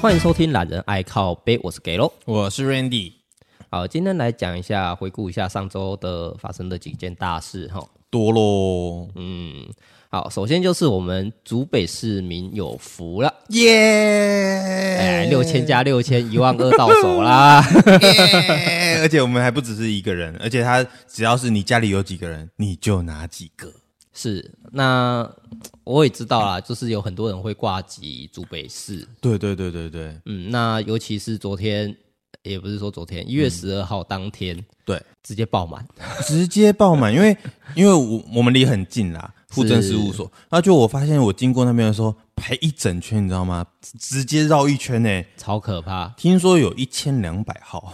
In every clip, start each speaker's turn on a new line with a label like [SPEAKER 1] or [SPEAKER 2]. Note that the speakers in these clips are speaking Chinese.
[SPEAKER 1] 欢迎收听《懒人爱靠背》，我是 g a l o
[SPEAKER 2] 我是 Randy，
[SPEAKER 1] 好，今天来讲一下，回顾一下上周的发生的几件大事哈。
[SPEAKER 2] 多喽，
[SPEAKER 1] 嗯，好，首先就是我们竹北市民有福了，
[SPEAKER 2] 耶！
[SPEAKER 1] 哎，六千加六千，一万二到手啦。
[SPEAKER 2] 耶 而且我们还不只是一个人，而且他只要是你家里有几个人，你就拿几个。
[SPEAKER 1] 是，那我也知道啦，就是有很多人会挂及竹北市，
[SPEAKER 2] 对对对对对
[SPEAKER 1] 嗯，那尤其是昨天，也不是说昨天，一月十二号当天、
[SPEAKER 2] 对，
[SPEAKER 1] 直接爆满，
[SPEAKER 2] 直接爆满，因 为因为我我们离很近啦，户政事务所。那就我发现我经过那边的时候排一整圈，你知道吗？直接绕一圈呢、
[SPEAKER 1] 超可怕。
[SPEAKER 2] 听说有一千两百号，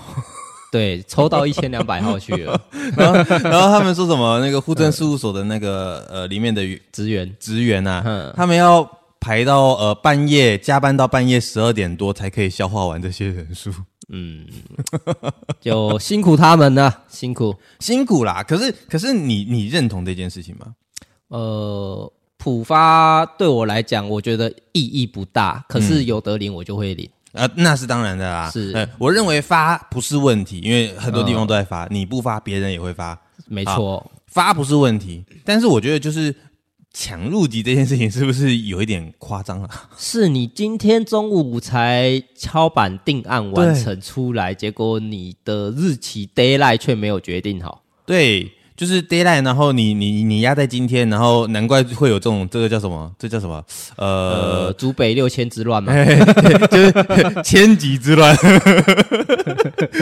[SPEAKER 1] 对，抽到一千两百号去了，
[SPEAKER 2] 然后然后他们说什么那个户政事务所的那个呃里面的
[SPEAKER 1] 职员
[SPEAKER 2] 职员
[SPEAKER 1] 嗯
[SPEAKER 2] 啊，他们要排到呃半夜加班到半夜十二点多才可以消化完这些人数，
[SPEAKER 1] 嗯就辛苦他们了， 辛苦。
[SPEAKER 2] 辛苦啦。可是可是你你认同这件事情吗？
[SPEAKER 1] 呃，普发对我来讲，我觉得意义不大，可
[SPEAKER 2] 嗯
[SPEAKER 1] 是有得领我就会领。
[SPEAKER 2] 啊，那是当然的啦。
[SPEAKER 1] 是
[SPEAKER 2] 呃我认为发不是问题，因为很多地方都在发，你不发别人也会发，
[SPEAKER 1] 没错，
[SPEAKER 2] 发不是问题。但是我觉得就是抢入籍这件事情是不是有一点夸张啊 了？
[SPEAKER 1] 是你今天中午才敲板定案完
[SPEAKER 2] 对
[SPEAKER 1] 成出来，结果你的日期 d a y l i g h t 却没有决定好。
[SPEAKER 2] 对，就是 d a y l i g h t 然后你你你压在今天，然后难怪会有这种这个叫什么？这叫什么？呃
[SPEAKER 1] 呃，竹北六千之乱嘛，
[SPEAKER 2] 千级之 乱，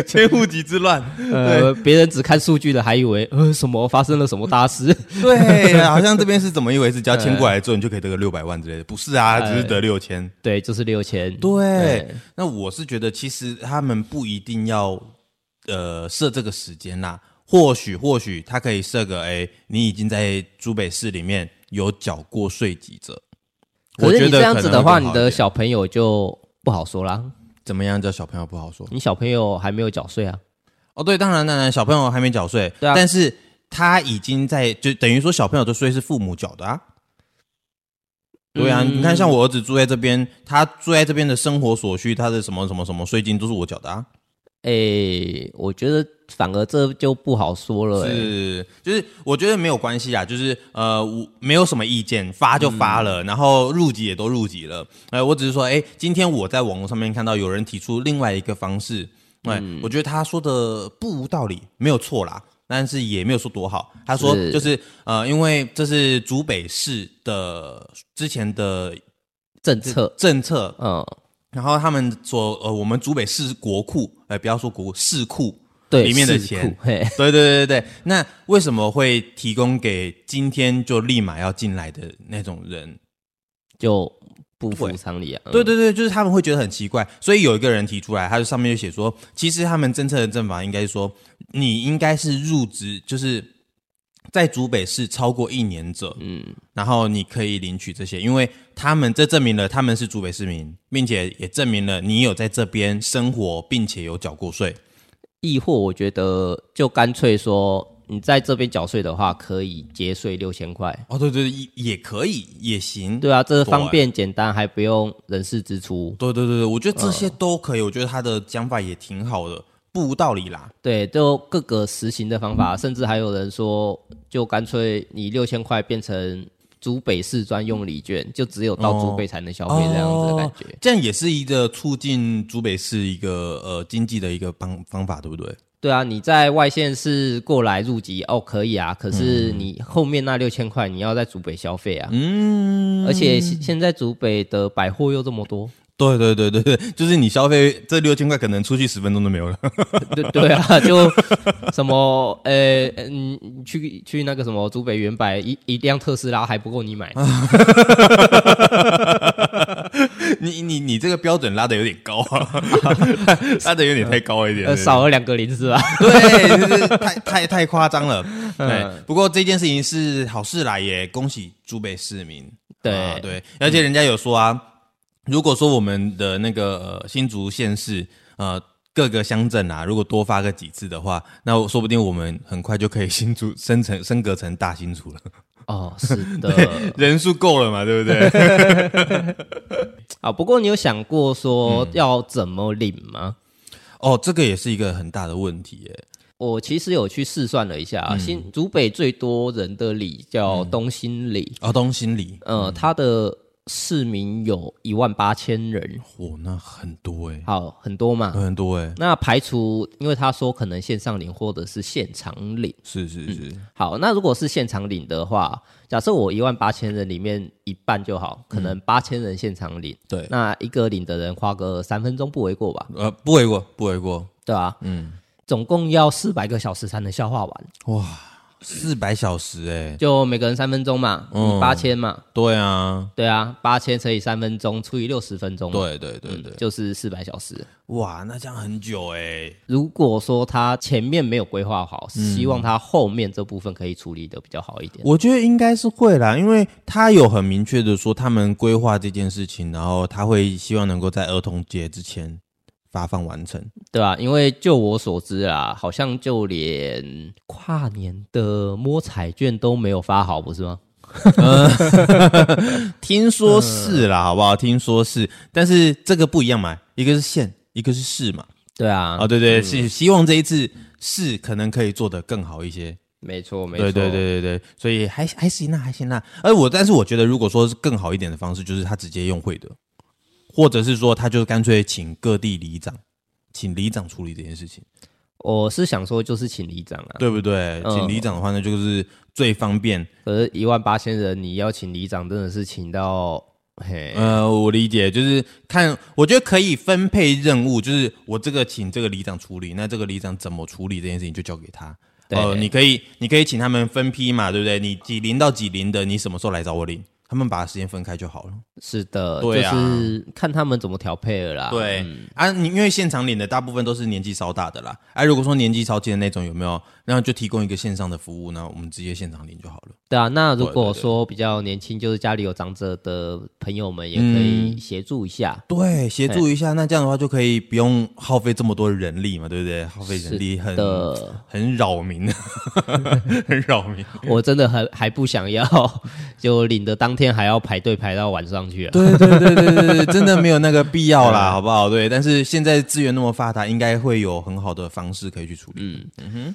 [SPEAKER 2] 千户级之乱，
[SPEAKER 1] 呃，别人只看数据的还以为呃什么发生了什么大事，
[SPEAKER 2] 对，啊好像这边是怎么一回事？只要迁过来之后，你就可以得个六百万之类的，不是啊，只是得六千。
[SPEAKER 1] 对，就是六千。
[SPEAKER 2] 对，那我是觉得其实他们不一定要呃设这个时间啦，或许或许他可以设个，哎，你已经在珠北市里面有缴过税籍者，
[SPEAKER 1] 可是
[SPEAKER 2] 我
[SPEAKER 1] 你
[SPEAKER 2] 觉得
[SPEAKER 1] 这样子的话，
[SPEAKER 2] 可能会更好
[SPEAKER 1] 你
[SPEAKER 2] 一
[SPEAKER 1] 的
[SPEAKER 2] 点
[SPEAKER 1] 小朋友就不好说啦，
[SPEAKER 2] 怎么样叫小朋友不好说。
[SPEAKER 1] 你小朋友还没有缴税啊。
[SPEAKER 2] 哦，对，当然当然，小朋友还没缴税，
[SPEAKER 1] 对啊
[SPEAKER 2] 但是他已经在，就等于说小朋友的税是父母缴的啊。对啊，
[SPEAKER 1] 嗯
[SPEAKER 2] 你看，像我儿子住在这边，他住在这边的生活所需，他的什么什么什么税金都是我缴的啊。
[SPEAKER 1] 诶、我觉得反而这就不好说了、诶
[SPEAKER 2] 是，就是我觉得没有关系啊，就是呃，我没有什么意见，发就发了，然后入籍也都入籍了。呃，我只是说，哎，今天我在网络上面看到有人提出另外一个方式，哎、我觉得他说的不无道理，没有错啦。但是也没有说多好，他说
[SPEAKER 1] 是
[SPEAKER 2] 就是呃，因为这是竹北市的之前的
[SPEAKER 1] 政策，
[SPEAKER 2] 政策，
[SPEAKER 1] 嗯，
[SPEAKER 2] 然后他们所呃，我们竹北市国库，哎、不要说国库，市库
[SPEAKER 1] 对，
[SPEAKER 2] 里面的
[SPEAKER 1] 市
[SPEAKER 2] 钱
[SPEAKER 1] 库，嘿，
[SPEAKER 2] 对对对对对，那为什么会提供给今天就立马要进来的那种人？
[SPEAKER 1] 就不符常理啊。嗯
[SPEAKER 2] 对，对对，就是他们会觉得很奇怪，所以有一个人提出来，他就上面就写说，其实他们政策的正法应该是说，你应该是入职，就是在竹北市超过一年者，嗯，然后你可以领取这些，因为他们这证明了他们是竹北市民，并且也证明了你有在这边生活，并且有缴过税。
[SPEAKER 1] 亦或我觉得就干脆说，你在这边缴税的话，可以节税六千块。
[SPEAKER 2] 哦，对对，对也也可以，也行。
[SPEAKER 1] 对啊，这
[SPEAKER 2] 对
[SPEAKER 1] 方便简单，还不用人事支出。
[SPEAKER 2] 对对对对，我觉得这些都可以，我觉得他的讲法也挺好的，不无道理啦。
[SPEAKER 1] 对，就各个实行的方法，甚至还有人说，就干脆你六千块变成竹北市专用礼券，就只有到竹北才能消费这样子的感觉。
[SPEAKER 2] 哦这样也是一个促进竹北市一个呃经济的一个方方法，对不对？
[SPEAKER 1] 对啊，你在外县市过来入籍哦，可以啊。可是你后面那六千块，你要在竹北消费啊。
[SPEAKER 2] 嗯，
[SPEAKER 1] 而且现现在竹北的百货又这么 多，
[SPEAKER 2] 对对对对对，就是你消费这六千块，可能出去十分钟都没有了。
[SPEAKER 1] 对对啊，就什么呃，嗯，你去去那个什么竹北原百一一辆特斯拉还不够你买，
[SPEAKER 2] 啊你你你这个标准拉的有点高啊， 拉的有点太高一点，
[SPEAKER 1] 呃，少了两个零是
[SPEAKER 2] 啊
[SPEAKER 1] 吧？
[SPEAKER 2] 对，就是太太太夸张了。
[SPEAKER 1] 嗯
[SPEAKER 2] 对，不过这件事情是好事来也，恭喜珠北市民。
[SPEAKER 1] 对
[SPEAKER 2] 啊对，而且人家有说啊，如果说我们的那个、呃、新竹县市呃各个乡镇啊，如果多发个几次的话，那我说不定我们很快就可以 新竹升成升格成大新 竹了，
[SPEAKER 1] 哦，是的。
[SPEAKER 2] 人数够了嘛，对不对？
[SPEAKER 1] 啊。不过你有想过
[SPEAKER 2] 嗯
[SPEAKER 1] 说要怎么领吗？
[SPEAKER 2] 哦，这个也是一个很大的问题耶。
[SPEAKER 1] 我其实有去试算了一下，啊
[SPEAKER 2] 嗯
[SPEAKER 1] 新竹北最多人的里叫东兴里，
[SPEAKER 2] 哦，东心里，
[SPEAKER 1] 呃，它的市民有一万八千人，
[SPEAKER 2] 哦，那很多哎，
[SPEAKER 1] 好很多嘛。
[SPEAKER 2] 很多哎，
[SPEAKER 1] 那排除，因为他说可能线上领或者是现场领。
[SPEAKER 2] 是是是，
[SPEAKER 1] 好，那如果是现场领的话，假设我一万八千人里面一半就好，可能八千人现场领，
[SPEAKER 2] 嗯对，
[SPEAKER 1] 那一个领的人花个三分钟不为过吧？
[SPEAKER 2] 呃，不为过，不为过，
[SPEAKER 1] 对吧、
[SPEAKER 2] 嗯，
[SPEAKER 1] 总共要四百个小时才能消化完，
[SPEAKER 2] 哇，四百小时哎，
[SPEAKER 1] 就每个人三分钟嘛，
[SPEAKER 2] 嗯
[SPEAKER 1] 你八千嘛，
[SPEAKER 2] 对啊，
[SPEAKER 1] 对啊，八千乘以三分钟除以六十分钟，
[SPEAKER 2] 对对对
[SPEAKER 1] 嗯，
[SPEAKER 2] 对，
[SPEAKER 1] 就是四百小时。
[SPEAKER 2] 哇，那这样很久哎，
[SPEAKER 1] 如果说他前面没有规划好，
[SPEAKER 2] 嗯
[SPEAKER 1] 希望他后面这部分可以处理的比较好一点。
[SPEAKER 2] 我觉得应该是会啦，因为他有很明确的说他们规划这件事情，然后他会希望能够在儿童节之前发放完成。
[SPEAKER 1] 对啊，因为就我所知啊，好像就连跨年的摸彩券都没有发好，不是吗？
[SPEAKER 2] 听说是啦，好不好？听说是，但是这个不一样嘛，一个是县，一个是市嘛。
[SPEAKER 1] 对啊，
[SPEAKER 2] 啊，对对，是希望这一次市可能可以做得更好一些。
[SPEAKER 1] 没错，没错，
[SPEAKER 2] 对对对对对，所以还还行啦，还行啦。而我但是我觉得，如果说是更好一点的方式，就是他直接用会的，或者是说他就干脆请各地里长，请里长处理这件事情。
[SPEAKER 1] 我是想说就是请里长啊，
[SPEAKER 2] 对不对？
[SPEAKER 1] 嗯
[SPEAKER 2] 请里长的话，那就是最方便。
[SPEAKER 1] 可是一万八千人，你要请里长真的是请到嘿，
[SPEAKER 2] 呃，我理解，就是看，我觉得可以分配任务，就是我这个请这个里长处理，那这个里长怎么处理这件事情就交给他。
[SPEAKER 1] 对
[SPEAKER 2] 呃，你可以，你可以请他们分批嘛，对不对？你几零到几零的，你什么时候来找我领？他们把时间分开就好了。
[SPEAKER 1] 是的，
[SPEAKER 2] 对啊
[SPEAKER 1] 就是看他们怎么调配了啦。
[SPEAKER 2] 对、
[SPEAKER 1] 嗯
[SPEAKER 2] 啊，你因为现场领的大部分都是年纪稍大的啦。啊，如果说年纪超轻的那种有没有？然后就提供一个线上的服务，那我们直接现场领就好了。
[SPEAKER 1] 对啊，那如
[SPEAKER 2] 对对
[SPEAKER 1] 果
[SPEAKER 2] 对
[SPEAKER 1] 说比较年轻，就是家里有长者的朋友们，也可以协助一下。
[SPEAKER 2] 对，协助一下，那这样的话就可以不用耗费这么多人力嘛，对不对？耗费人力很
[SPEAKER 1] 的，
[SPEAKER 2] 很扰民，很扰民。
[SPEAKER 1] 我真的很还不想要， 就领的当天还要排队排到晚上去啊。
[SPEAKER 2] 对对对对对对，真的没有那个必要啦，好不好？对，但是现在资源那么发达，应该会有很好的方式可以去处理。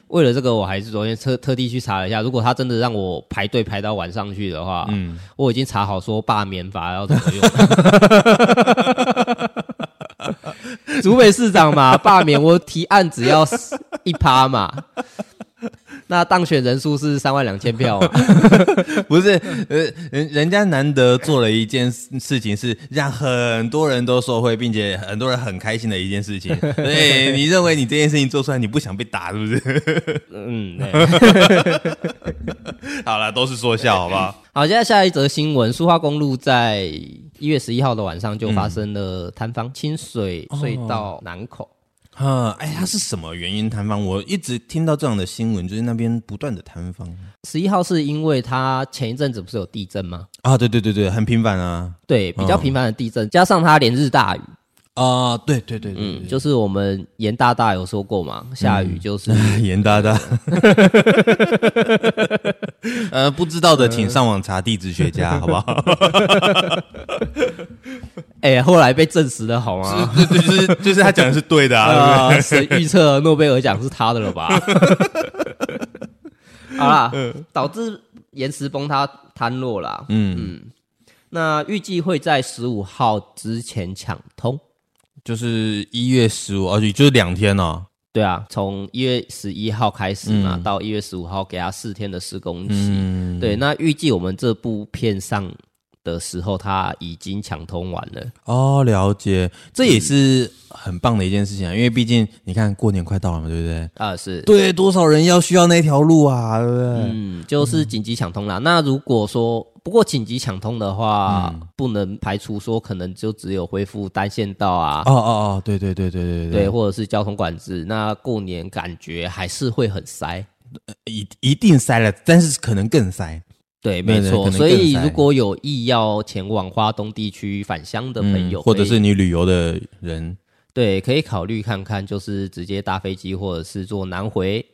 [SPEAKER 1] 为了这个，我还是昨天特特地去查了一下，如果他真的让我排队排到晚上去的话，嗯，我已经查好说罢免法要怎么用了。 竹北市长嘛，罢免我提案只要一趴嘛，那当选人数是三万两千票嘛。
[SPEAKER 2] 不是，呃，人人家难得做了一件事事情，是让很多人都受惠，并且很多人很开心的一件事情。对，你认为你这件事情做出来，你不想被打，是不是？
[SPEAKER 1] 嗯，对。
[SPEAKER 2] 好啦，都是说笑，好不好？
[SPEAKER 1] 好，接下来下一则新闻，苏花公路在一月十一号的晚上就发生了坍方，清水隧道南口。
[SPEAKER 2] 啊，哎，它是什么原因摊方？我一直听到这样的新闻，就是那边不断的摊方
[SPEAKER 1] 十一号是因为它前一阵子不是有地震吗？
[SPEAKER 2] 啊，对对对对，很频繁啊，
[SPEAKER 1] 对，比较频繁的地震，加上它连日大雨，
[SPEAKER 2] 啊，对对对对
[SPEAKER 1] 嗯，就是我们严大大有说过嘛，下雨就是、
[SPEAKER 2] 严嗯大大，呃，不知道的请上网查地质学 家，好不好？
[SPEAKER 1] 哎、后来被证实了好吗？
[SPEAKER 2] 对，就是就是他讲的是对的啊，
[SPEAKER 1] 啊，谁预测诺贝尔奖是他的了 吧？好啦，导致岩石崩塌坍落啦。
[SPEAKER 2] 嗯，
[SPEAKER 1] 那预计会在十五号之前抢通。
[SPEAKER 2] 就是一月十五，而且就是两天哦，
[SPEAKER 1] 对啊，从一月十一号开始嘛，到一月十五号，给他四天的施工期。
[SPEAKER 2] 嗯，
[SPEAKER 1] 对，那预计我们这部片上的时候，它已经抢通完了。
[SPEAKER 2] 哦，了解，这也是很棒的一件事情啊，因为毕竟你看过年快到了嘛，对不对？
[SPEAKER 1] 啊，是，
[SPEAKER 2] 对，多少人要需要那条路啊，对不对？
[SPEAKER 1] 嗯，就是紧急抢通啦。那如果说不过紧急抢通的话，
[SPEAKER 2] 嗯
[SPEAKER 1] 不能排除说可能就只有恢复单线道啊，
[SPEAKER 2] 哦哦哦，对对对对对
[SPEAKER 1] 对，，或者是交通管制。那过年感觉还是会很塞。
[SPEAKER 2] 一一定塞了，但是可能更塞。
[SPEAKER 1] 对，
[SPEAKER 2] 对
[SPEAKER 1] 没
[SPEAKER 2] 对
[SPEAKER 1] 错。
[SPEAKER 2] 可能
[SPEAKER 1] 所以
[SPEAKER 2] 更塞
[SPEAKER 1] 如果有意要前往花东地区返乡的朋友，
[SPEAKER 2] 嗯或者
[SPEAKER 1] 可以
[SPEAKER 2] 是你旅游的人，
[SPEAKER 1] 对，可以考虑看看，就是直接搭飞机，或者是坐南回，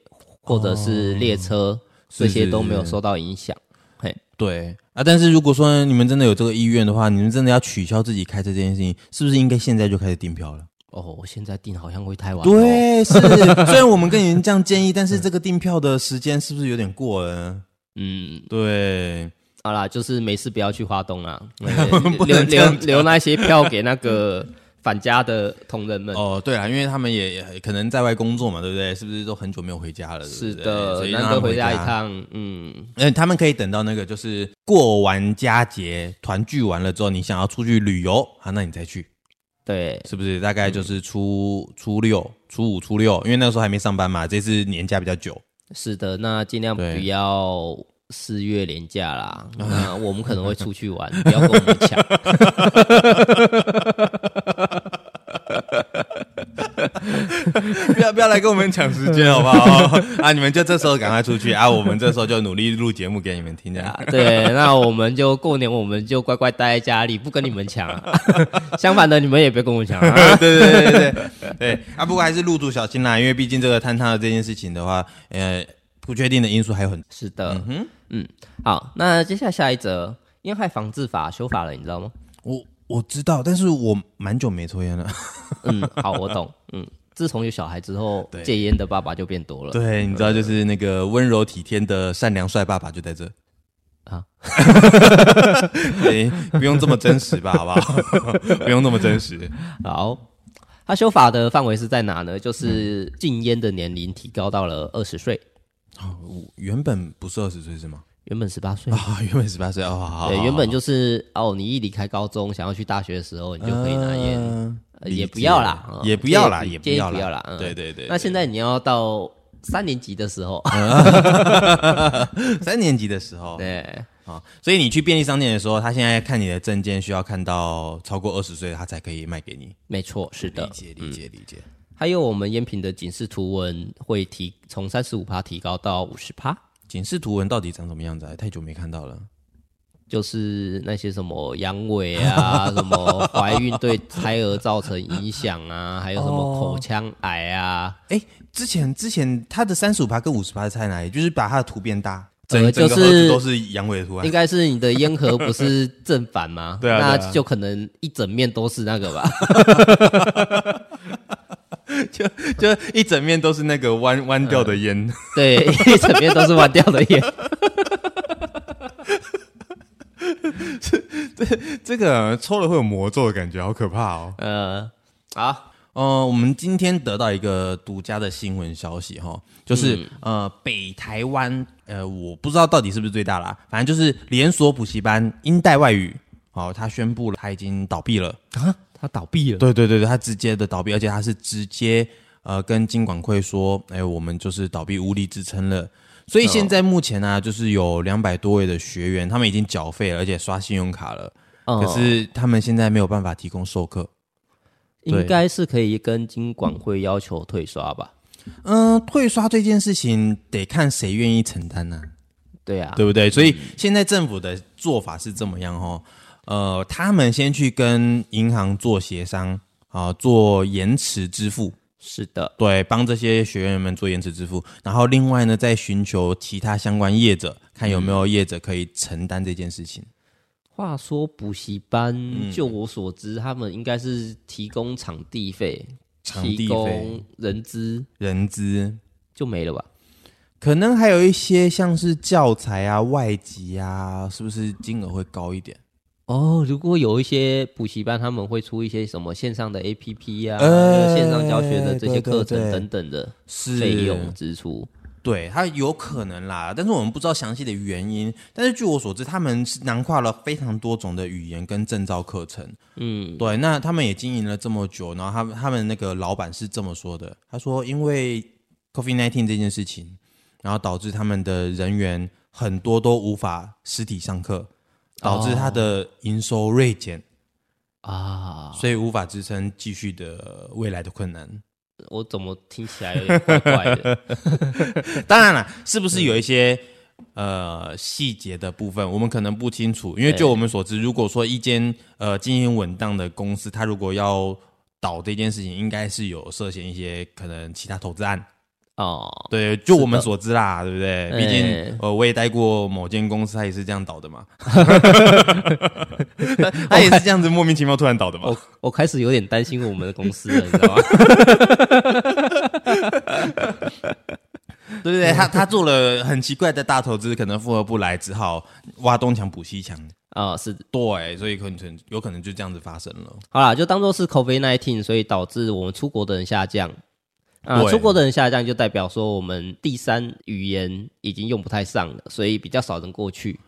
[SPEAKER 1] 或者是列车，
[SPEAKER 2] 是
[SPEAKER 1] 这些
[SPEAKER 2] 哦是
[SPEAKER 1] 都没有
[SPEAKER 2] 是
[SPEAKER 1] 受到影响。嘿，
[SPEAKER 2] 对啊，但是如果说你们真的有这个意愿的话，你们真的要取消自己开车这件事情，是不是应该现在就开始订票了？
[SPEAKER 1] 哦，我现在订好像会太晚。，
[SPEAKER 2] 对， 是。虽然我们跟您这样建议，但是这个订票的时间是不是有点过了呢？
[SPEAKER 1] 嗯，
[SPEAKER 2] 对，
[SPEAKER 1] 好啦，就是没事不要去花东 啦，
[SPEAKER 2] 不
[SPEAKER 1] 留
[SPEAKER 2] 能这
[SPEAKER 1] 留
[SPEAKER 2] 样
[SPEAKER 1] 留那些票给那个返家的同仁们。
[SPEAKER 2] 哦，对啊，因为他们也也可能在外工作嘛，对不对？是不是都很久没有回家了？对不
[SPEAKER 1] 是
[SPEAKER 2] 对
[SPEAKER 1] 的
[SPEAKER 2] 所，以让
[SPEAKER 1] 难
[SPEAKER 2] 他
[SPEAKER 1] 得回
[SPEAKER 2] 们回
[SPEAKER 1] 家一。趟，嗯，
[SPEAKER 2] 嗯，他们可以等到那个就是过完佳节团聚完了之后，你想要出去旅游啊，那你再去，
[SPEAKER 1] 对，
[SPEAKER 2] 是不是？大概就是初、初六、初五、初六，因为那时候还没上班嘛，这次年假比较久。
[SPEAKER 1] 是的，那尽量不
[SPEAKER 2] 对
[SPEAKER 1] 要四月连假啦。那我们可能会出去玩，不要跟我们抢。
[SPEAKER 2] 不要不要来跟我们抢时 间好不好？啊，你们就这时候赶快出去啊，我们这时候就努力录节目给你们听这样。
[SPEAKER 1] 啊对，那我们就过年，我们就乖乖待在家里，不跟你们抢、啊。 相反的，你们也别跟我抢啊。
[SPEAKER 2] 对对对对对 对啊！不过还是入住小心啦，因为毕竟这个坍塌的这件事情的话，呃，不确定的因素还有很
[SPEAKER 1] 是的，嗯好，那接下来下一则，烟害防治法修法了，你知道吗？
[SPEAKER 2] 我我知道，但是我蛮久没抽烟了。
[SPEAKER 1] 嗯，好，我懂。嗯，自从有小孩之后，
[SPEAKER 2] 对
[SPEAKER 1] 戒烟的爸爸就变多了。
[SPEAKER 2] 对，你知道，就是那个温柔体贴的善良帅爸爸就在这
[SPEAKER 1] 啊。
[SPEAKER 2] 对，不用这么真实吧，好不好？ 不用那么真实。
[SPEAKER 1] 好，它修法的范围是在哪呢？就是禁烟的年龄提高到了二十岁，
[SPEAKER 2] 啊我原本不是二十岁是吗？
[SPEAKER 1] 原本十八岁。
[SPEAKER 2] 啊、原本十八岁哦，好好好，
[SPEAKER 1] 对，
[SPEAKER 2] 好
[SPEAKER 1] 原本就是哦，你一离开高中，想要去大学的时候，你就可以拿烟，
[SPEAKER 2] 嗯
[SPEAKER 1] 呃
[SPEAKER 2] 理
[SPEAKER 1] 也
[SPEAKER 2] 解
[SPEAKER 1] 不要啦嗯
[SPEAKER 2] 也不要啦，
[SPEAKER 1] 建议
[SPEAKER 2] 也不
[SPEAKER 1] 建议
[SPEAKER 2] 要
[SPEAKER 1] 不要
[SPEAKER 2] 啦
[SPEAKER 1] 啦，嗯
[SPEAKER 2] 对对对。啊
[SPEAKER 1] 那现在你要到三年级的时候，
[SPEAKER 2] 对三年级的时候，
[SPEAKER 1] 对，
[SPEAKER 2] 啊，所以你去便利商店的时候，他现在看你的证件需要看到超过二十岁，他才可以卖给你。
[SPEAKER 1] 没错，是
[SPEAKER 2] 理
[SPEAKER 1] 的。嗯
[SPEAKER 2] 解，理解，理解。
[SPEAKER 1] 还有我们烟品的警示图文会提从三十五趴提高到五十趴，
[SPEAKER 2] 警示图文到底长什么样子、啊？太久没看到了。
[SPEAKER 1] 就是那些什么阳痿啊，什么怀孕对胎儿造成影响啊，还有什么口腔癌啊，
[SPEAKER 2] 哎、之前之前他的三十五趴跟五十趴是在哪里？就是把他的图变大，整、
[SPEAKER 1] 呃
[SPEAKER 2] 整
[SPEAKER 1] 就
[SPEAKER 2] 个盒
[SPEAKER 1] 是
[SPEAKER 2] 子都是阳痿的图案
[SPEAKER 1] 应。该是你的烟盒不是正反吗？
[SPEAKER 2] 对啊对啊
[SPEAKER 1] 那就可能一整面都是那个吧。
[SPEAKER 2] 就一整面都是那个弯弯掉的
[SPEAKER 1] 嗯
[SPEAKER 2] 烟。
[SPEAKER 1] 对，一整面都是弯掉的烟。
[SPEAKER 2] 这个抽了会有魔咒的感觉，好可怕哦。
[SPEAKER 1] 呃，好，
[SPEAKER 2] 呃，我们今天得到一个独家的新闻消息哈，就是、
[SPEAKER 1] 嗯
[SPEAKER 2] 呃，北台湾呃，我不知道到底是不是最大啦，反正就是连锁补习班英代外语，哦，他宣布了，他已经倒闭了。
[SPEAKER 1] 啊他倒闭了。
[SPEAKER 2] 对对对对，他直接的倒闭，而且他是直接呃跟金管会说，哎、我们就是倒闭无力支撑了。所以现在目前呢、就是有两百多位的学员，他们已经缴费了，而且刷信用卡了，
[SPEAKER 1] 嗯
[SPEAKER 2] 可是他们现在没有办法提供授课。对
[SPEAKER 1] 应该是可以跟金管会要求退刷吧？
[SPEAKER 2] 嗯，退刷这件事情得看谁愿意承担呐、
[SPEAKER 1] 对啊，
[SPEAKER 2] 对不对？所以现在政府的做法是怎么样哦？呃，他们先去跟银行做协商啊、做延迟支付，
[SPEAKER 1] 是的，
[SPEAKER 2] 对，帮这些学员们做延迟支付。然后另外呢，再寻求其他相关业者，看有没有业者可以承担这件事情。
[SPEAKER 1] 话说补习班，
[SPEAKER 2] 嗯
[SPEAKER 1] 就我所知，他们应该是提供场地费、
[SPEAKER 2] 场地费
[SPEAKER 1] 提供人资
[SPEAKER 2] 人资
[SPEAKER 1] 就没了吧？
[SPEAKER 2] 可能还有一些像是教材啊、外籍啊，是不是金额会高一点？
[SPEAKER 1] 哦，如果有一些补习班，他们会出一些什么线上的 APP 呀、
[SPEAKER 2] 哎
[SPEAKER 1] 啊线上教学的这些
[SPEAKER 2] 对对
[SPEAKER 1] 课程
[SPEAKER 2] 对
[SPEAKER 1] 等等的
[SPEAKER 2] 是
[SPEAKER 1] 费用支出，
[SPEAKER 2] 对，它有可能啦，但是我们不知道详细的原因。但是据我所知，他们是囊括了非常多种的语言跟证照课程。
[SPEAKER 1] 嗯，
[SPEAKER 2] 对，那他们也经营了这么久，然后他们他们那个老板是这么说的，他说因为 COVID nineteen 这件事情，然后导致他们的人员很多都无法实体上课，导致他的营收锐减，
[SPEAKER 1] 啊，
[SPEAKER 2] 所以无法支撑继续的未来的困难。
[SPEAKER 1] 我怎么听起来有点怪怪 的？
[SPEAKER 2] 当然了，是不是有一些、呃细节的部分，我们可能不清楚，因为
[SPEAKER 1] 对
[SPEAKER 2] 就我们所知，如果说一间呃经营稳当的公司，它如果要倒这件事情，应该是有涉嫌一些可能其他投资案。
[SPEAKER 1] 哦，
[SPEAKER 2] 对，就我们所知啦，对不对？
[SPEAKER 1] 哎
[SPEAKER 2] 毕竟呃，我也待过某间公司，它也是这样倒的 嘛，它也是这样子莫名其妙突然倒的嘛
[SPEAKER 1] 我。我开始有点担心我们的公司了，你知道 吗？
[SPEAKER 2] 对不对？他他做了很奇怪的大投资，可能复合不来，只好挖东墙补西墙。
[SPEAKER 1] 啊、是
[SPEAKER 2] 对，所以可能有可能就这样子发生了。
[SPEAKER 1] 好啦，就当做是 COVID nineteen，所以导致我们出国的人下降。啊、
[SPEAKER 2] 对
[SPEAKER 1] 出国的人下降就代表说我们第三语言已经用不太上了，所以比较少人过去。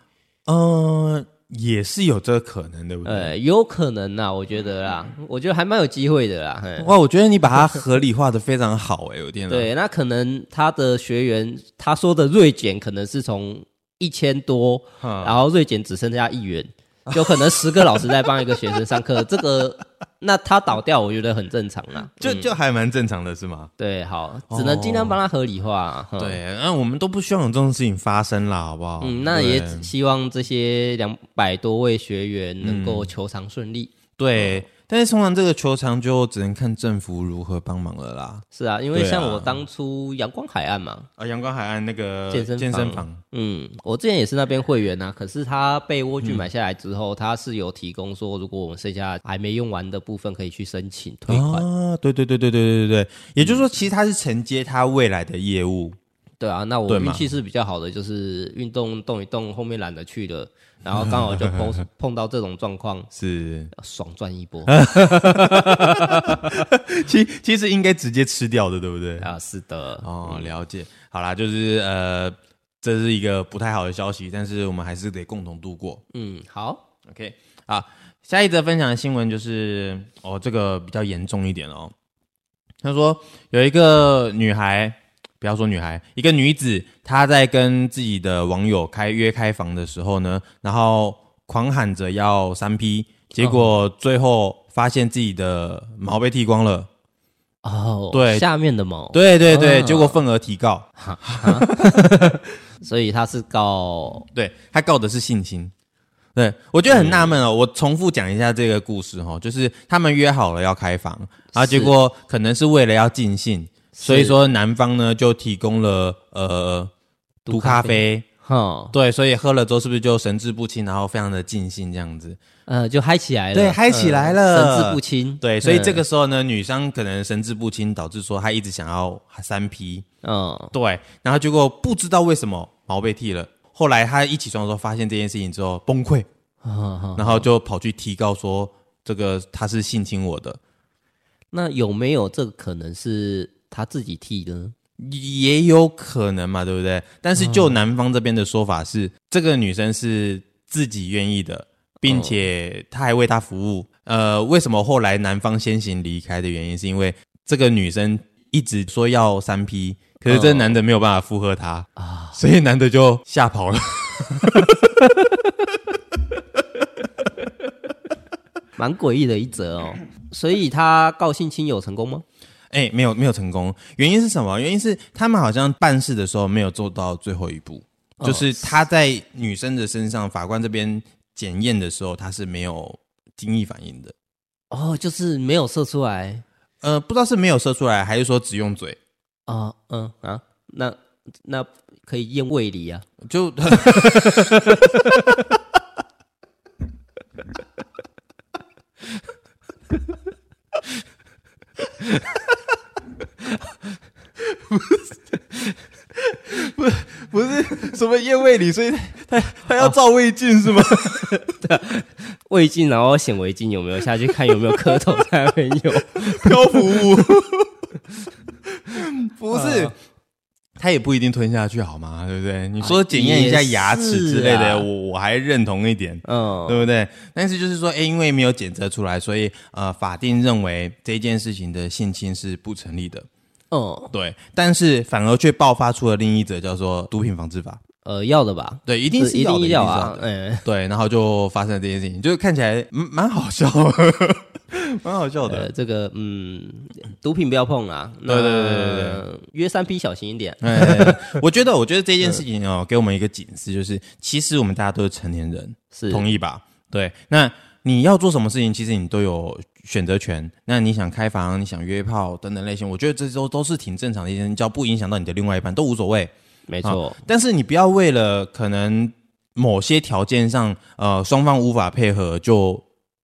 [SPEAKER 2] 嗯、也是有这个可能，对不对？
[SPEAKER 1] 呃，有可能啦，我觉得啦，我觉得还蛮有机会的啊啦。嘿
[SPEAKER 2] 哇，我觉得你把它合理化的非常好哎、我天哪！
[SPEAKER 1] 对，那可能他的学员他说的锐减可能是从一千多，
[SPEAKER 2] 嗯
[SPEAKER 1] 然后锐减只剩下一元，就可能十个老师在帮一个学生上课，这 个那他倒掉，我觉得很正常啦。
[SPEAKER 2] 就就还蛮正常的，是吗？
[SPEAKER 1] 对，好，只能尽量帮他合理化。哼
[SPEAKER 2] 对，那、我们都不希望有这种事情发生啦，好不好？
[SPEAKER 1] 嗯，那
[SPEAKER 2] 对
[SPEAKER 1] 也只希望这些两百多位学员能够求偿顺利。
[SPEAKER 2] 对。但是通常这个球场就只能看政府如何帮忙了啦。
[SPEAKER 1] 是啊，因为
[SPEAKER 2] 对啊
[SPEAKER 1] 像我当初阳光海岸嘛，
[SPEAKER 2] 啊，阳光海岸那个
[SPEAKER 1] 健身
[SPEAKER 2] 健身
[SPEAKER 1] 房
[SPEAKER 2] 房，
[SPEAKER 1] 嗯，我之前也是那边会
[SPEAKER 2] 嗯
[SPEAKER 1] 员啊，可是他被蜗居买下来之后，他是有提供说，如果我们剩下还没用完的部分，可以去申请退款。
[SPEAKER 2] 啊，对对对对对对对对，也就是说，其实他是承接他未来的业务，
[SPEAKER 1] 对啊，那我
[SPEAKER 2] 对嘛
[SPEAKER 1] 运气是比较好的，就是运动动一动，后面懒得去了，然后刚好就碰碰到这种状况，
[SPEAKER 2] 是
[SPEAKER 1] 爽赚一 波嗯
[SPEAKER 2] 其其实应该直接吃掉的，对不对？
[SPEAKER 1] 啊！是的，
[SPEAKER 2] 哦，了解。好啦，就是呃，这是一个不太好的消息，但是我们还是得共同度过。
[SPEAKER 1] 嗯，好，
[SPEAKER 2] OK，啊，下一则分享的新闻就是哦，这个比较严重一点哦。他说有一个女孩，不要说女孩，一个女子，她在跟自己的网友开约开房的时候呢，然后狂喊着要三 P，结果
[SPEAKER 1] 哦
[SPEAKER 2] 最后发现自己的毛被剃光了。
[SPEAKER 1] 哦，
[SPEAKER 2] 对
[SPEAKER 1] 下面的毛，
[SPEAKER 2] 对对对，
[SPEAKER 1] 啊
[SPEAKER 2] 结果份额提告，
[SPEAKER 1] 所以他是告
[SPEAKER 2] 对他告的是性侵。对，我觉得很纳闷哦。我重复讲一下这个故事哦，就是他们约好了要开房，然后结果可能是为了要尽兴，所以说男方呢就提供了呃毒咖啡，
[SPEAKER 1] 哈，
[SPEAKER 2] 对，所以喝了之后是不是就神志不清，然后非常的尽兴这样子？
[SPEAKER 1] 呃，就嗨起来了，呃
[SPEAKER 2] 对嗨起来了
[SPEAKER 1] 神志不清，
[SPEAKER 2] 对，所以这
[SPEAKER 1] 嗯
[SPEAKER 2] 个时候呢，女生可能神志不清，导致说她一直想要三 P，
[SPEAKER 1] 嗯，
[SPEAKER 2] 对，然后结果不知道为什么毛被剃了，后来她一起床的时候发现这件事情之后崩溃。
[SPEAKER 1] 哈哈
[SPEAKER 2] 然后就跑去提告说这个他是性侵我的，
[SPEAKER 1] 那有没有这个可能是他自己剃呢？
[SPEAKER 2] 也有可能嘛，对不对？但是就男方这边的说法是，这个女生是自己愿意的，并且他还为他服务。呃，为什么后来男方先行离开的原因，是因为这个女生一直说要三 P，可是这男的没有办法附和她啊，所以男的就吓跑了。
[SPEAKER 1] 蛮诡异的一则 哦。所以他告性侵有成功吗？
[SPEAKER 2] 哎、没有没有成功，原因是什么？原因是他们好像办事的时候没有做到最后一步，
[SPEAKER 1] 哦
[SPEAKER 2] 就是他在女生的身上，法官这边检验的时候，他是没有精液反应的。
[SPEAKER 1] 哦，就是没有射出来
[SPEAKER 2] 呃，不知道是没有射出来，还是说只用嘴，
[SPEAKER 1] 啊，嗯啊，那那可以验胃里啊。
[SPEAKER 2] 就 不是什么验胃里，所以他他要照胃镜是吗？
[SPEAKER 1] 胃镜，然后显微镜有没有下去看有没有蝌蚪在那边有？
[SPEAKER 2] 漂浮物，不是。呃他也不一定吞下去，好吗？对不对？你说检验一下牙齿之类
[SPEAKER 1] 也是
[SPEAKER 2] 的，
[SPEAKER 1] 啊
[SPEAKER 2] 我我还认同一点，
[SPEAKER 1] 嗯，
[SPEAKER 2] 对不对？但是就是说，哎，因为没有检测出来，所以呃，法定认为这件事情的性侵是不成立的。
[SPEAKER 1] 哦，
[SPEAKER 2] 对，但是反而却爆发出了另一则叫做毒品防治法。
[SPEAKER 1] 呃，要的吧，
[SPEAKER 2] 对，一
[SPEAKER 1] 一
[SPEAKER 2] 定是
[SPEAKER 1] 一
[SPEAKER 2] 要的，
[SPEAKER 1] 定
[SPEAKER 2] 一定是要
[SPEAKER 1] 啊
[SPEAKER 2] 的。，
[SPEAKER 1] 嗯，
[SPEAKER 2] 对，然后就发生了这件事情，就是看起来嗯蛮好笑， 蛮好笑的。
[SPEAKER 1] 呃，这个嗯，毒品不要碰啊。
[SPEAKER 2] 对对对对对
[SPEAKER 1] 那约三 P 小心一点。
[SPEAKER 2] 哎，我觉得，我觉得这件事情哦，给我们一个警示，就是其实我们大家都是成年人，
[SPEAKER 1] 是
[SPEAKER 2] 同意吧？对，那你要做什么事情，其实你都有选择权。那你想开房，你想约炮等等类型，我觉得这都都是挺正常的一件事，只要不影响到你的另外一半都无所谓。
[SPEAKER 1] 没错，
[SPEAKER 2] 但是你不要为了可能某些条件上，呃，双方无法配合就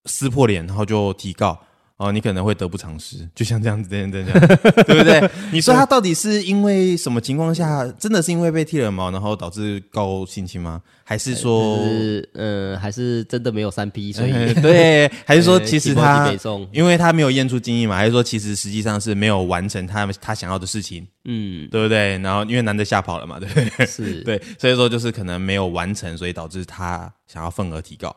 [SPEAKER 2] 撕破脸，然后就提告哦、你可能会得不偿失。就像这样子，这样这样，这样 对不对？你说他到底是因为什么情况下，真的是因为被剃了毛，然后导致告性侵吗？还是说，
[SPEAKER 1] 就是呃，还是真的没有三 P，所以
[SPEAKER 2] 呃对，还是说
[SPEAKER 1] 呃
[SPEAKER 2] 其实他
[SPEAKER 1] 北宋，
[SPEAKER 2] 因为他没有验出精液嘛，还是说其实实际上是没有完成他他想要的事情，
[SPEAKER 1] 嗯，
[SPEAKER 2] 对不对？然后因为男的吓跑了嘛，对不对？
[SPEAKER 1] 是，
[SPEAKER 2] 对，所以说就是可能没有完成，所以导致他想要份额提高，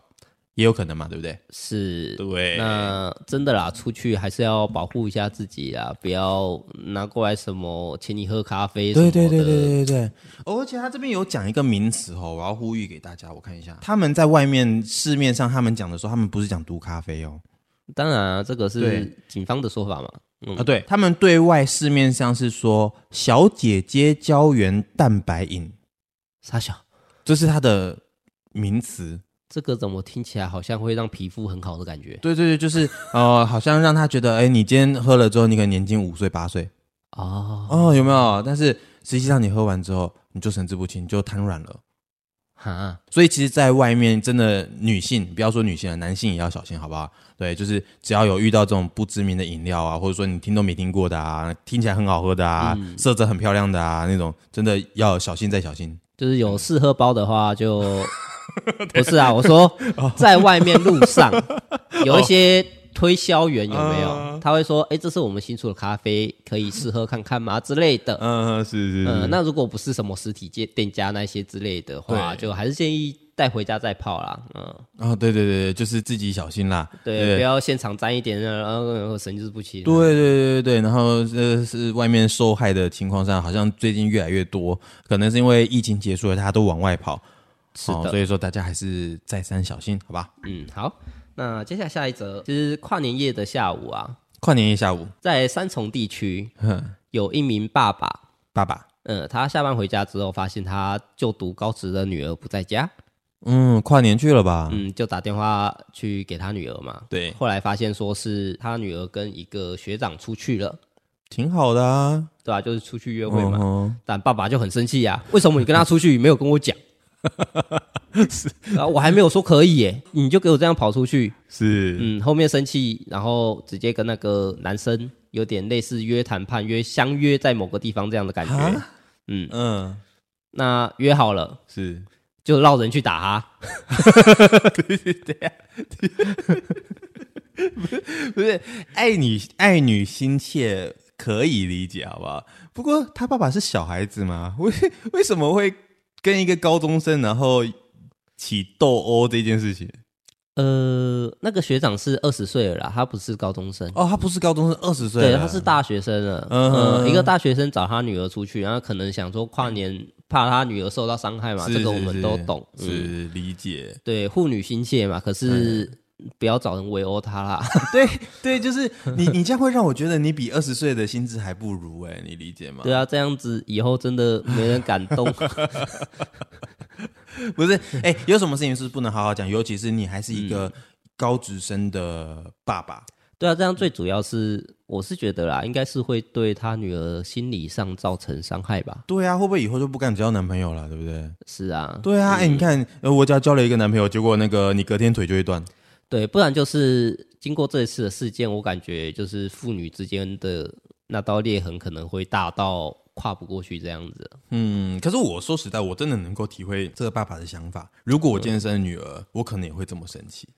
[SPEAKER 2] 也有可能嘛，对不对？
[SPEAKER 1] 是。
[SPEAKER 2] 对，
[SPEAKER 1] 那真的啦，出去还是要保护一下自己啦，不要拿过来什么请你喝咖啡什么
[SPEAKER 2] 对
[SPEAKER 1] 的。
[SPEAKER 2] 对对对对对。哦，而且他这边有讲一个名词哦，我要呼吁给大家，我看一下，他们在外面市面上他们讲的时候，他们不是讲毒咖啡哦，
[SPEAKER 1] 当然、啊，这个是
[SPEAKER 2] 对
[SPEAKER 1] 警方的说法嘛。嗯
[SPEAKER 2] 啊，对他们对外市面上是说小姐姐胶原蛋白饮，
[SPEAKER 1] 傻小，
[SPEAKER 2] 这是它的名词。
[SPEAKER 1] 这个怎么听起来好像会让皮肤很好的感觉
[SPEAKER 2] 对对对，就是 呃，好像让他觉得，哎，你今天喝了之后，你可能年轻五岁八岁。
[SPEAKER 1] 哦？
[SPEAKER 2] 哦，有没有？但是实际上你喝完之后，你就神志不清，你就瘫软了。
[SPEAKER 1] 哈，
[SPEAKER 2] 所以其实，在外面真的女性，不要说女性了，男性也要小心，好不好？对，就是只要有遇到这种不知名的饮料啊，或者说你听都没听过的啊，听起来很好喝的啊，色泽很漂亮的啊，那种真的要小心再小心。
[SPEAKER 1] 就是有试喝包的话 就，不是啊，我说
[SPEAKER 2] 哦
[SPEAKER 1] 在外面路上有一些推销员有没
[SPEAKER 2] 嗯
[SPEAKER 1] 有？他会说，哎，这是我们新出的咖啡，可以试喝看看吗之类的。
[SPEAKER 2] 嗯，是是
[SPEAKER 1] 嗯，那如果不是什么实体店店家那些之类的话，
[SPEAKER 2] 对
[SPEAKER 1] 就还是建议带回家再泡啦。嗯，
[SPEAKER 2] 啊、对对对对，就是自己小心啦。
[SPEAKER 1] 对，不要现场沾一点，然后然后神志不清。
[SPEAKER 2] 对对对对对，然后呃是外面受害的情况上，好像最近越来越多，可能是因为疫情结束了，大家都往外跑，
[SPEAKER 1] 是
[SPEAKER 2] 哦
[SPEAKER 1] 的
[SPEAKER 2] 所以说大家还是再三小心，好吧？
[SPEAKER 1] 嗯，好，那接下来下一则，就是跨年夜的下午啊，
[SPEAKER 2] 跨年夜下午，
[SPEAKER 1] 在三重地区
[SPEAKER 2] 哼，
[SPEAKER 1] 有一名爸爸，
[SPEAKER 2] 爸爸，
[SPEAKER 1] 呃，他下班回家之后，发现他就读高职的女儿不在家，
[SPEAKER 2] 嗯，跨年去了吧？
[SPEAKER 1] 嗯，就打电话去给他女儿嘛。
[SPEAKER 2] 对，
[SPEAKER 1] 后来发现说是他女儿跟一个学长出去了，
[SPEAKER 2] 挺好的啊，
[SPEAKER 1] 对吧、就是出去约会嘛。
[SPEAKER 2] 嗯
[SPEAKER 1] 但爸爸就很生气呀、为什么你跟他出去没有跟我 讲？啊，我还没有说可以耶，你就给我这样跑出去。
[SPEAKER 2] 哼是，
[SPEAKER 1] 嗯，后面生气，然后直接跟那个男生有点类似约谈判、约相约在某个地方这样的感觉。
[SPEAKER 2] 啊
[SPEAKER 1] 嗯，
[SPEAKER 2] 嗯，
[SPEAKER 1] 那约好了
[SPEAKER 2] 是，
[SPEAKER 1] 就绕人去打他。
[SPEAKER 2] 不是爱女爱女心切可以理解，好不好？不过他爸爸是小孩子嘛，为为什么会跟一个高中生然后起斗殴这件事情？
[SPEAKER 1] 呃，那个学长是二十岁了啦，他不是高中生。
[SPEAKER 2] 哦，他不是高中生，二十岁
[SPEAKER 1] 对，
[SPEAKER 2] 了，
[SPEAKER 1] 他是大学生了。嗯、
[SPEAKER 2] 嗯哼
[SPEAKER 1] 一个大学生找他女儿出去，然后可能想说跨年怕他女儿受到伤害嘛，
[SPEAKER 2] 啊是
[SPEAKER 1] 这个我
[SPEAKER 2] 是
[SPEAKER 1] 们
[SPEAKER 2] 是
[SPEAKER 1] 都懂。嗯，
[SPEAKER 2] 是哎理 解。
[SPEAKER 1] 对，护女心切嘛，可是不要找人围殴他啦。
[SPEAKER 2] 对对，就是你，你这样会让我觉得你比二十岁的心智还不如哎、你理解吗？
[SPEAKER 1] 对啊，这样子以后真的没人敢 动。
[SPEAKER 2] 不是，哎、有什么事情是不能好好讲，尤其是你还是
[SPEAKER 1] 嗯
[SPEAKER 2] 一个高职生的爸爸，
[SPEAKER 1] 对啊，这样最主要是我是觉得啦，应该是会对他女儿心理上造成伤害吧。
[SPEAKER 2] 对啊，会不会以后就不敢交男朋友了，对不对？
[SPEAKER 1] 是啊，
[SPEAKER 2] 对啊，哎、你看，呃，我只要交了一个男朋友，结果那个你隔天腿就会断，
[SPEAKER 1] 对，不然就是经过这一次的事件，我感觉就是父女之间的那道裂痕可能会大到跨不过去这样子。
[SPEAKER 2] 嗯，可是我说实在，我真的能够体会这个爸爸的想法。如果我
[SPEAKER 1] 嗯
[SPEAKER 2] 今天生了女儿，我可能也会这么生气。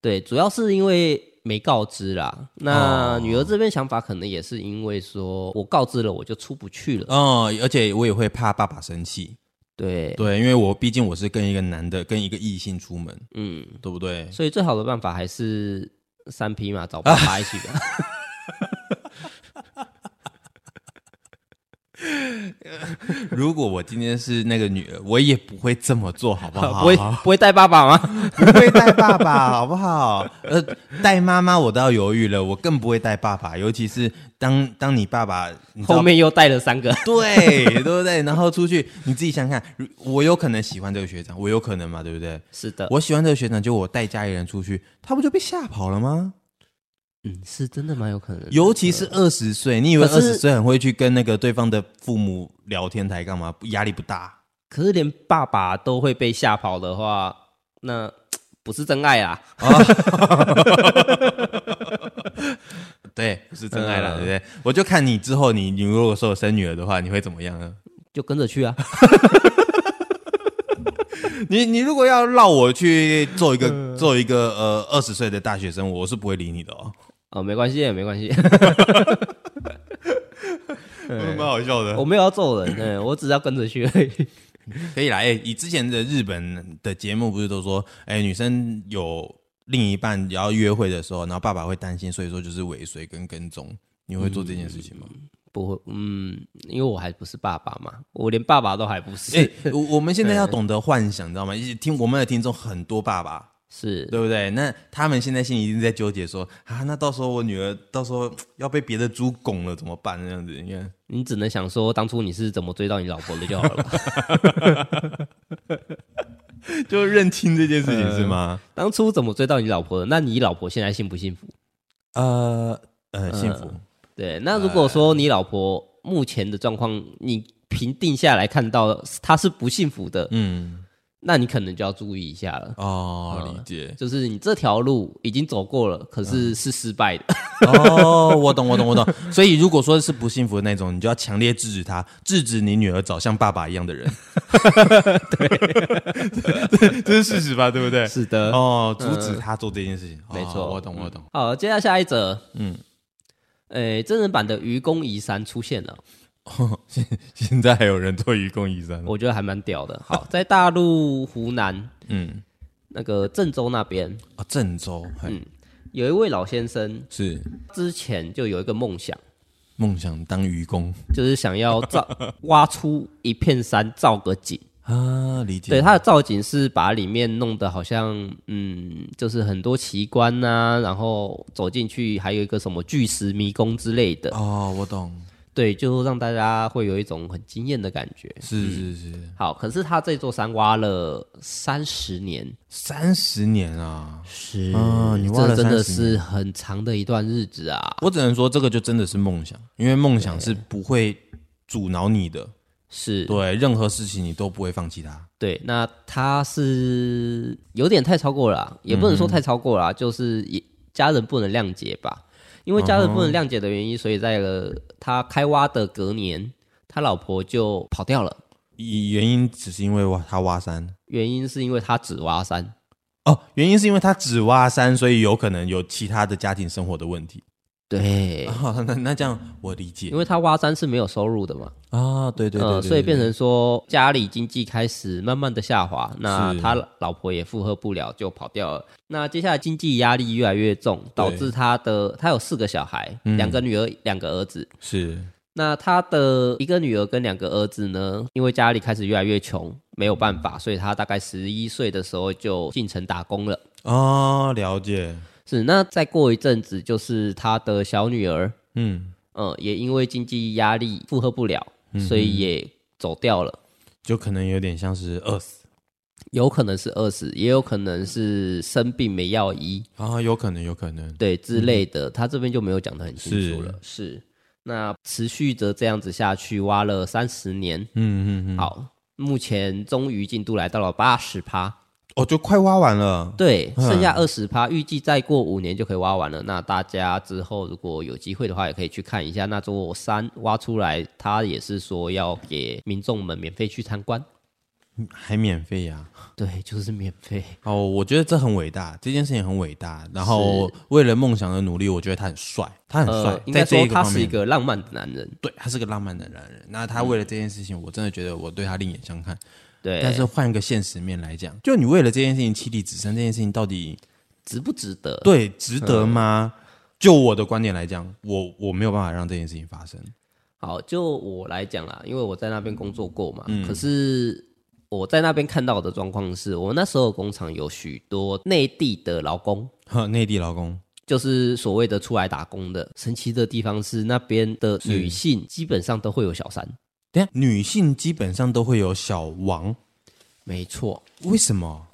[SPEAKER 1] 对，主要是因为没告知啦。那
[SPEAKER 2] 哦
[SPEAKER 1] 女儿这边想法可能也是因为说我告知了，我就出不去了。
[SPEAKER 2] 哦，而且我也会怕爸爸生气。
[SPEAKER 1] 对，
[SPEAKER 2] 对，因为我毕竟我是跟一个男的，跟一个异性出门，
[SPEAKER 1] 嗯，
[SPEAKER 2] 对不对？
[SPEAKER 1] 所以最好的办法还是三匹马找爸爸一起吧。
[SPEAKER 2] 如果我今天是那个女儿，我也不会这么做，好不好？
[SPEAKER 1] 不会不会带爸爸吗？
[SPEAKER 2] 不会带爸爸，好不好？ 呃，带妈妈我都要犹豫了，我更不会带爸爸，尤其是当当你爸爸你知道
[SPEAKER 1] 后面又带了三个，
[SPEAKER 2] 对对不对？然后出去，你自己想想看，如我有可能喜欢这个学长，我有可能嘛，对不对？
[SPEAKER 1] 是的，
[SPEAKER 2] 我喜欢这个学长，就我带家里人出去，他不就被吓跑了吗？
[SPEAKER 1] 嗯，是真的蛮有可能的。
[SPEAKER 2] 尤其是二十岁，你以为
[SPEAKER 1] 可
[SPEAKER 2] 二
[SPEAKER 1] 是
[SPEAKER 2] 十岁很会去跟那个对方的父母聊天台干嘛？压力不大？
[SPEAKER 1] 可是连爸爸都会被吓跑的话，那不是真爱啊！
[SPEAKER 2] 对，不是真爱了，
[SPEAKER 1] 嗯
[SPEAKER 2] 对不对？我就看你之后，你你如果说我生女儿的话，你会怎么样呢？
[SPEAKER 1] 就跟着去啊！
[SPEAKER 2] 你你如果要让我去做一个做一个呃二十岁的大学生，我是不会理你的哦，
[SPEAKER 1] 哦，没关系，没关系，
[SPEAKER 2] 蛮好笑的
[SPEAKER 1] 我。没有要揍人， 对我只是要跟着去而已。
[SPEAKER 2] 可以啦，哎、以之前的日本的节目不是都说，哎、女生有另一半也要约会的时候，然后爸爸会担心，所以说就是尾随跟跟踪。你会做这件事情吗？
[SPEAKER 1] 不会，嗯，因为我还不是爸爸嘛，我连爸爸都还 不是，
[SPEAKER 2] 哎、我我们现在要懂得幻想，你知道吗？听我们的听众很多爸爸，
[SPEAKER 1] 是
[SPEAKER 2] 对不对？那他们现在心里一定在纠结说啊，那到时候我女儿到时候要被别的猪拱了怎么办？这样子，你看，
[SPEAKER 1] 你只能想说，当初你是怎么追到你老婆的就好了吧。
[SPEAKER 2] 就认清这件事情是吗？
[SPEAKER 1] 当初怎么追到你老婆的？那你老婆现在幸不幸福？
[SPEAKER 2] 呃呃，幸福，
[SPEAKER 1] 对，那如果说你老婆目前的状况，你评定下来看到她是不幸福的，
[SPEAKER 2] 嗯，
[SPEAKER 1] 那你可能就要注意一下了。
[SPEAKER 2] 哦，理解。
[SPEAKER 1] 就是你这条路已经走过了，可是是失败的。
[SPEAKER 2] 哦，我懂，我懂，我懂。所以如果说是不幸福的那种，你就要强烈制止他，制止你女儿找像爸爸一样的人。 对， 这是事实吧？对不 对？
[SPEAKER 1] 是的
[SPEAKER 2] 哦，阻止他做这件事情，哦
[SPEAKER 1] 没错
[SPEAKER 2] 我懂，我懂。
[SPEAKER 1] 好，接下来下一则，嗯，诶，真人版的愚公移山出现了，
[SPEAKER 2] 现现在还有人做愚公移山吗？
[SPEAKER 1] 我觉得还蛮屌 的。好，在大陆湖南
[SPEAKER 2] 嗯，
[SPEAKER 1] 那个郑州那边，
[SPEAKER 2] 啊，郑州，嗯，
[SPEAKER 1] 有一位老先生，
[SPEAKER 2] 是
[SPEAKER 1] 之前就有一个梦想，
[SPEAKER 2] 梦想当愚公
[SPEAKER 1] 就是想要 造挖出一片山造个景。
[SPEAKER 2] 啊，理解。
[SPEAKER 1] 对，它的造景是把里面弄得好像，嗯，就是很多奇观呐、然后走进去还有一个什么巨石迷宫之类的，
[SPEAKER 2] 哦，我懂，
[SPEAKER 1] 对，就让大家会有一种很惊艳的感觉。
[SPEAKER 2] 是是是，
[SPEAKER 1] 好，可是他这座山挖了三十年，
[SPEAKER 2] 三十年啊，
[SPEAKER 1] 是
[SPEAKER 2] 啊你挖了
[SPEAKER 1] 这真的
[SPEAKER 2] 30
[SPEAKER 1] 是很长的一段日子啊。
[SPEAKER 2] 我只能说这个就真的是梦想，因为梦想是不会阻挠你的，
[SPEAKER 1] 是
[SPEAKER 2] 对，任何事情你都不会放弃它。
[SPEAKER 1] 对，那他是有点太超过了啊，也不能说太超过了啊，就是也家人不能谅解吧，因为家人不能谅解的原因，所以在了他开挖的隔年，他老婆就跑掉了，
[SPEAKER 2] 以原因只是因为挖他挖山
[SPEAKER 1] 原因是因为他只挖山，
[SPEAKER 2] 哦，原因是因为他只挖山，所以有可能有其他的家庭生活的问题。
[SPEAKER 1] 对，
[SPEAKER 2] 哦、那那这样我理解
[SPEAKER 1] 因为他挖山是没有收入的嘛，
[SPEAKER 2] 啊，对对对
[SPEAKER 1] 呃，所以变
[SPEAKER 2] 成
[SPEAKER 1] 成说家里经济开始慢慢的下滑，那
[SPEAKER 2] 是
[SPEAKER 1] 他老婆也负荷不了，就跑掉了。那接下来经济压力越来越重，导致他的他有四个小孩，
[SPEAKER 2] 嗯
[SPEAKER 1] 两个女儿，两个儿子。
[SPEAKER 2] 是
[SPEAKER 1] 那他的一个女儿跟两个儿子呢，因为家里开始越来越穷，没有办法，所以他大概十一岁的时候就进城打工了。
[SPEAKER 2] 哦，了解，
[SPEAKER 1] 是，那再过一阵子，就是他的小女儿，
[SPEAKER 2] 嗯。
[SPEAKER 1] 嗯，也因为经济压力负荷不了，所以也走掉了。
[SPEAKER 2] 就可能有点像是饿死
[SPEAKER 1] 有可能是饿死，也有可能是生病没药医，
[SPEAKER 2] 啊，有可能，有可能，
[SPEAKER 1] 对之类
[SPEAKER 2] 嗯
[SPEAKER 1] 的。他这边就没有讲得很清楚了。是，那持续着这样子下去，挖了三十年，
[SPEAKER 2] 嗯嗯嗯，
[SPEAKER 1] 好，目前终于进度来到了八十趴，
[SPEAKER 2] 哦，就快挖完了，
[SPEAKER 1] 对，剩下二十趴，预计再过五年就可以挖完了。那大家之后如果有机会的话，也可以去看一下那座山挖出来，它也是说要给民众们免费去参 观，
[SPEAKER 2] 还免费啊呀、
[SPEAKER 1] 对，就是免费。
[SPEAKER 2] 哦，我觉得这很伟大，这件事情很伟大。然后为了梦想的努力，我觉得他很帅，他很帅，
[SPEAKER 1] 呃，应
[SPEAKER 2] 在
[SPEAKER 1] 该
[SPEAKER 2] 这
[SPEAKER 1] 说
[SPEAKER 2] 个
[SPEAKER 1] 他
[SPEAKER 2] 方
[SPEAKER 1] 是一
[SPEAKER 2] 面，
[SPEAKER 1] 个浪漫的男人，
[SPEAKER 2] 对，他是个浪漫的男人。那他为了这件事情，我真的觉得我对他另眼相看。
[SPEAKER 1] 嗯对。
[SPEAKER 2] 但是换一个现实面来讲，就你为了这件事情妻离子散，这件事情到底
[SPEAKER 1] 值不值得？
[SPEAKER 2] 对
[SPEAKER 1] 嗯
[SPEAKER 2] 值得吗？就我的观点来讲，我我没有办法让这件事情发生。
[SPEAKER 1] 好，就我来讲啦，因为我在那边工作过嘛，
[SPEAKER 2] 嗯
[SPEAKER 1] 可是我在那边看到的状况是，我那时候工厂有许多内地的劳工，
[SPEAKER 2] 呵内地劳工
[SPEAKER 1] 就是所谓的出来打工的。神奇的地方是，那边的女性基本上都会有小三，
[SPEAKER 2] 等一下女性基本上都会有小王，
[SPEAKER 1] 没错。
[SPEAKER 2] 为什么？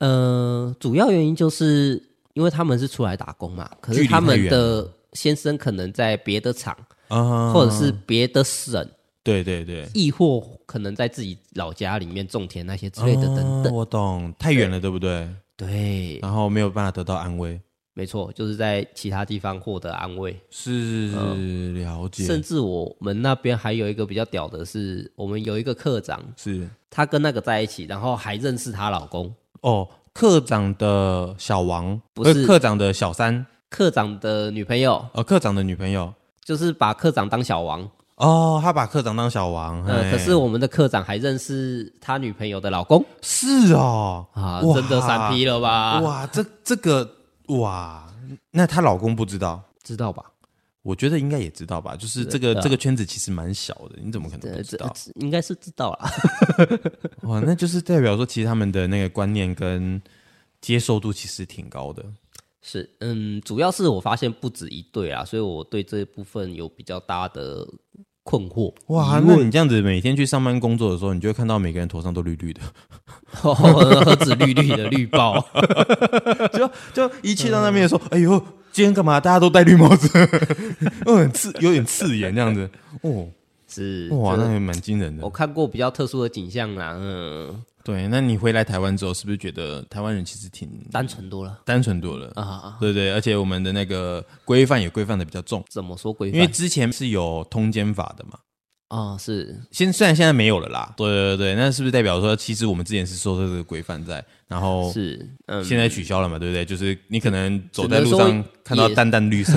[SPEAKER 1] 呃，主要原因就是因为他们是出来打工嘛，可
[SPEAKER 2] 距
[SPEAKER 1] 是
[SPEAKER 2] 离
[SPEAKER 1] 他
[SPEAKER 2] 太
[SPEAKER 1] 们
[SPEAKER 2] 远
[SPEAKER 1] 的先生可能在别的厂
[SPEAKER 2] 啊，
[SPEAKER 1] 或者是别的省，
[SPEAKER 2] 对对对，
[SPEAKER 1] 亦或可能在自己老家里面种田那些之类的等
[SPEAKER 2] 啊
[SPEAKER 1] 等。
[SPEAKER 2] 我懂，太远了，对不对？
[SPEAKER 1] 对，
[SPEAKER 2] 然后没有办法得到安慰，
[SPEAKER 1] 没错，就是在其他地方获得安慰。
[SPEAKER 2] 是了
[SPEAKER 1] 嗯甚
[SPEAKER 2] 解，
[SPEAKER 1] 至我们那边还有一个比较屌的是，我们有一个课长，
[SPEAKER 2] 是
[SPEAKER 1] 她跟那个在一起，然后还认识她老公。
[SPEAKER 2] 哦。课长的小王
[SPEAKER 1] 不是
[SPEAKER 2] 呃课长的小三，
[SPEAKER 1] 课长的女朋友
[SPEAKER 2] 呃，课长的女朋友
[SPEAKER 1] 就是把课长当小王，
[SPEAKER 2] 哦，他把课长当小王，
[SPEAKER 1] 呃，
[SPEAKER 2] 嘿
[SPEAKER 1] 可是我们的课长还认识他女朋友的老公
[SPEAKER 2] 是哦，
[SPEAKER 1] 啊，
[SPEAKER 2] 哇
[SPEAKER 1] 真的闪劈了吧？
[SPEAKER 2] 哇，这这个哇，那她老公不知道，
[SPEAKER 1] 知道吧？
[SPEAKER 2] 我觉得应该也知道吧？就是这个、
[SPEAKER 1] 对啊
[SPEAKER 2] 这个圈子其实蛮小的，你怎么可能
[SPEAKER 1] 呃，
[SPEAKER 2] 不
[SPEAKER 1] 这
[SPEAKER 2] 知道？
[SPEAKER 1] 这应该是知道啦。
[SPEAKER 2] 哇，那就是代表说，其实他们的那个观念跟接受度其实挺高的。
[SPEAKER 1] 是，嗯，主要是我发现不止一对啊，所以我对这部分有比较大的困惑。
[SPEAKER 2] 哇，那你这样子每天去上班工作的时候，你就会看到每个人头上都绿绿的，
[SPEAKER 1] 哦，何止绿绿的绿 爆，
[SPEAKER 2] 就 就一去到那边的时候，哎呦，今天干嘛？大家都戴绿 帽子，有点刺，有点刺眼这样 子。哦，
[SPEAKER 1] 是
[SPEAKER 2] 哇，
[SPEAKER 1] 这
[SPEAKER 2] 那也蛮惊人的
[SPEAKER 1] 我。看过比较特殊的景象啦，嗯，
[SPEAKER 2] 对，那你回来台湾之后，是不是觉得台湾人其实挺
[SPEAKER 1] 单纯多了
[SPEAKER 2] 单纯多了？
[SPEAKER 1] 啊。
[SPEAKER 2] 对对，而且我们的那个规范也规范的比较重，
[SPEAKER 1] 怎么说规
[SPEAKER 2] 因为
[SPEAKER 1] 范
[SPEAKER 2] 之前是有通奸法的嘛。
[SPEAKER 1] 啊？是
[SPEAKER 2] 现虽然现在没有了啦，对对对，那是不是代表说，其实我们之前是受这个规范在，然后
[SPEAKER 1] 是，嗯，
[SPEAKER 2] 哦现在取消了嘛，对不对？就是你可能走在
[SPEAKER 1] 只能
[SPEAKER 2] 路
[SPEAKER 1] 说
[SPEAKER 2] 上看到
[SPEAKER 1] 也
[SPEAKER 2] 淡淡 绿色，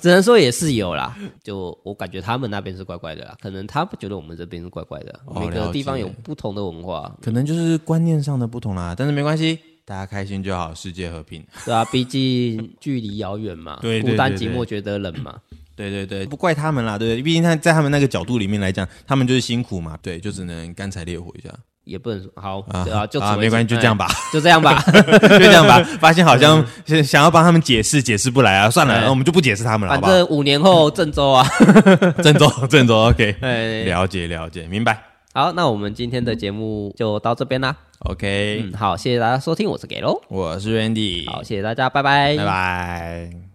[SPEAKER 1] 只能说也是有啦。就我感觉他们那边是怪怪的啦，可能他不觉得我们这边是怪怪的，
[SPEAKER 2] 哦
[SPEAKER 1] 每
[SPEAKER 2] 了
[SPEAKER 1] 个
[SPEAKER 2] 解
[SPEAKER 1] 地方有不同的文化，
[SPEAKER 2] 可能就是观念上的不同啦，但是没关系。大家开心就好，世界和平。
[SPEAKER 1] 对 啊，毕竟距离遥远嘛，
[SPEAKER 2] 对对
[SPEAKER 1] 孤单
[SPEAKER 2] 对
[SPEAKER 1] 寂
[SPEAKER 2] 对
[SPEAKER 1] 寞觉得冷嘛，
[SPEAKER 2] 对对对，不怪他们啦，对不对？毕竟他在他们那个角度里面来讲，他们就是辛苦嘛，对，就只能干柴烈火一下
[SPEAKER 1] 也不能说好，
[SPEAKER 2] 啊。
[SPEAKER 1] 对啊，就
[SPEAKER 2] 啊，没关系，就这样
[SPEAKER 1] 吧，
[SPEAKER 2] 吧。
[SPEAKER 1] 哎就这样吧，
[SPEAKER 2] 就这样吧。发现 好像想想要帮他们解释，解释不来啊，算了，那我们就不解释他们了，好
[SPEAKER 1] 反
[SPEAKER 2] 不好？
[SPEAKER 1] 正五年后郑州啊，
[SPEAKER 2] 郑州，郑州，OK，
[SPEAKER 1] 哎，
[SPEAKER 2] 了解，了解，明白
[SPEAKER 1] 好，那我们今天的节目就到这边啦。
[SPEAKER 2] ，OK。
[SPEAKER 1] 嗯嗯，好，谢谢大家收听，我是给喽。
[SPEAKER 2] 我是 Randy，
[SPEAKER 1] 好，谢谢大家，拜拜，
[SPEAKER 2] 拜拜。